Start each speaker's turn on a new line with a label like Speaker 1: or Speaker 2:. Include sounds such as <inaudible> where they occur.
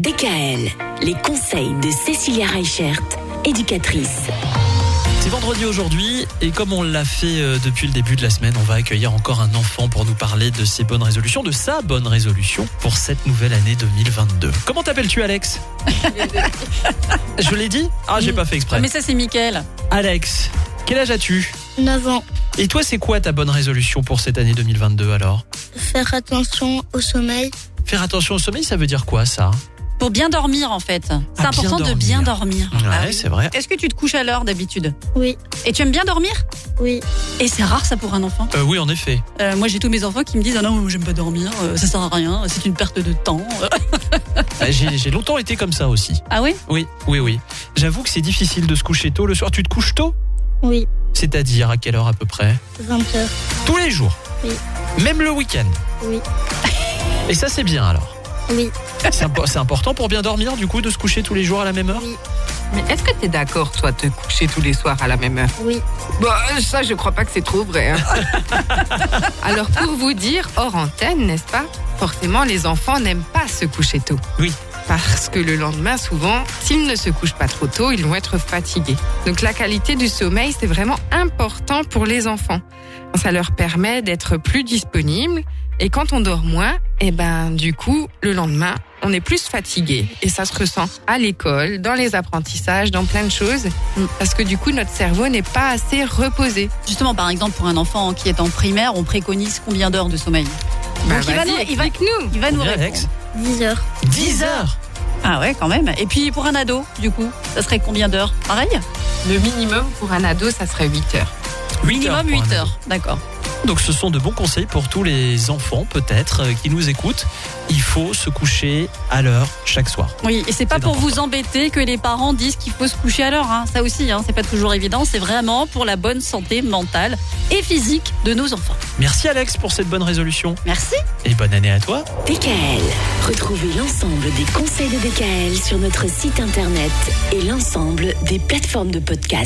Speaker 1: DKL, les conseils de Cécilia Reichert, éducatrice.
Speaker 2: C'est vendredi aujourd'hui et comme on l'a fait euh, depuis le début de la semaine, on va accueillir encore un enfant pour nous parler de ses bonnes résolutions, de sa bonne résolution pour cette nouvelle année 2022. Comment t'appelles-tu Alex Je l'ai dit Ah, j'ai
Speaker 3: Mm.
Speaker 2: pas fait exprès.
Speaker 3: Mais ça, c'est Mickaël.
Speaker 2: Alex, quel âge as-tu
Speaker 4: 9 ans.
Speaker 2: Et toi, c'est quoi ta bonne résolution pour cette année 2022 alors
Speaker 4: Faire attention au sommeil.
Speaker 2: Faire attention au sommeil, ça veut dire quoi ça
Speaker 3: Pour bien dormir, en fait. C'est
Speaker 2: Ah, bien
Speaker 3: important de
Speaker 2: dormir.
Speaker 3: bien dormir.
Speaker 2: Ouais,
Speaker 3: Ah oui.
Speaker 2: c'est vrai.
Speaker 3: Est-ce que tu te couches à l'heure d'habitude
Speaker 4: Oui,
Speaker 3: Et tu aimes bien dormir
Speaker 4: oui.
Speaker 3: Et c'est rare, ça, pour un enfant.
Speaker 2: Euh, oui, en effet.
Speaker 3: Euh, moi, j'ai tous mes enfants qui me disent Ah non, j'aime pas dormir, euh, ça sert à rien, c'est une perte de temps. Euh,
Speaker 2: Bah, j'ai j'ai longtemps été comme ça aussi.
Speaker 3: Ah oui
Speaker 2: Oui, oui, oui. J'avoue que c'est difficile de se coucher tôt le soir. Tu te couches tôt
Speaker 4: Oui,
Speaker 2: C'est-à-dire à quelle heure à peu près
Speaker 4: 20 heures.
Speaker 2: Tous les jours.
Speaker 4: Oui.
Speaker 2: Même le week-end.
Speaker 4: Oui.
Speaker 2: <laughs> Et ça, c'est bien alors.
Speaker 4: Oui,
Speaker 2: C'est impo- c'est important pour bien dormir, du coup, de se coucher tous les jours à la même heure
Speaker 5: Mais est-ce que t'es d'accord, toi, de te coucher tous les soirs à la même heure
Speaker 4: oui,
Speaker 5: Bon, euh, ça, je crois pas que c'est trop vrai. hein. Alors, pour vous dire, hors antenne, n'est-ce pas Forcément, les enfants n'aiment pas se coucher tôt.
Speaker 2: Oui.
Speaker 5: Parce que le lendemain, souvent, s'ils ne se couchent pas trop tôt, ils vont être fatigués. Donc, la qualité du sommeil, c'est vraiment important pour les enfants. Ça leur permet d'être plus disponibles. Et quand on dort moins, eh ben, du coup, le lendemain, on est plus fatigué. Et ça se ressent à l'école, dans les apprentissages, dans plein de choses. Parce que du coup, notre cerveau n'est pas assez reposé.
Speaker 3: Justement, par exemple, pour un enfant qui est en primaire, on préconise combien d'heures de sommeil
Speaker 5: Bah,
Speaker 3: Donc, il va
Speaker 5: vas-y,
Speaker 3: nous- il va-
Speaker 5: explique-nous.
Speaker 3: Il va nous
Speaker 2: Combien,
Speaker 3: répondre.
Speaker 2: Alex
Speaker 4: 10 heures.
Speaker 2: 10 heures
Speaker 3: Ah ouais, quand même. Et puis, pour un ado, du coup, ça serait combien d'heures Pareil
Speaker 5: Le minimum pour un ado, ça serait 8 heures.
Speaker 2: Huit heures pour un
Speaker 3: Minimum 8
Speaker 2: ado.
Speaker 3: heures. D'accord.
Speaker 2: Donc ce sont de bons conseils pour tous les enfants peut-être euh, qui nous écoutent. Il faut se coucher à l'heure chaque soir.
Speaker 3: Oui, et c'est pas
Speaker 2: C'est
Speaker 3: pour
Speaker 2: important.
Speaker 3: vous embêter que les parents disent qu'il faut se coucher à l'heure. hein. Ça aussi, hein, c'est pas toujours évident. C'est vraiment pour la bonne santé mentale et physique de nos enfants.
Speaker 2: Merci Alex pour cette bonne résolution
Speaker 3: Merci.
Speaker 2: et bonne année à toi.
Speaker 1: DKL. Retrouvez l'ensemble des conseils de DKL sur notre site internet et l'ensemble des plateformes de podcast.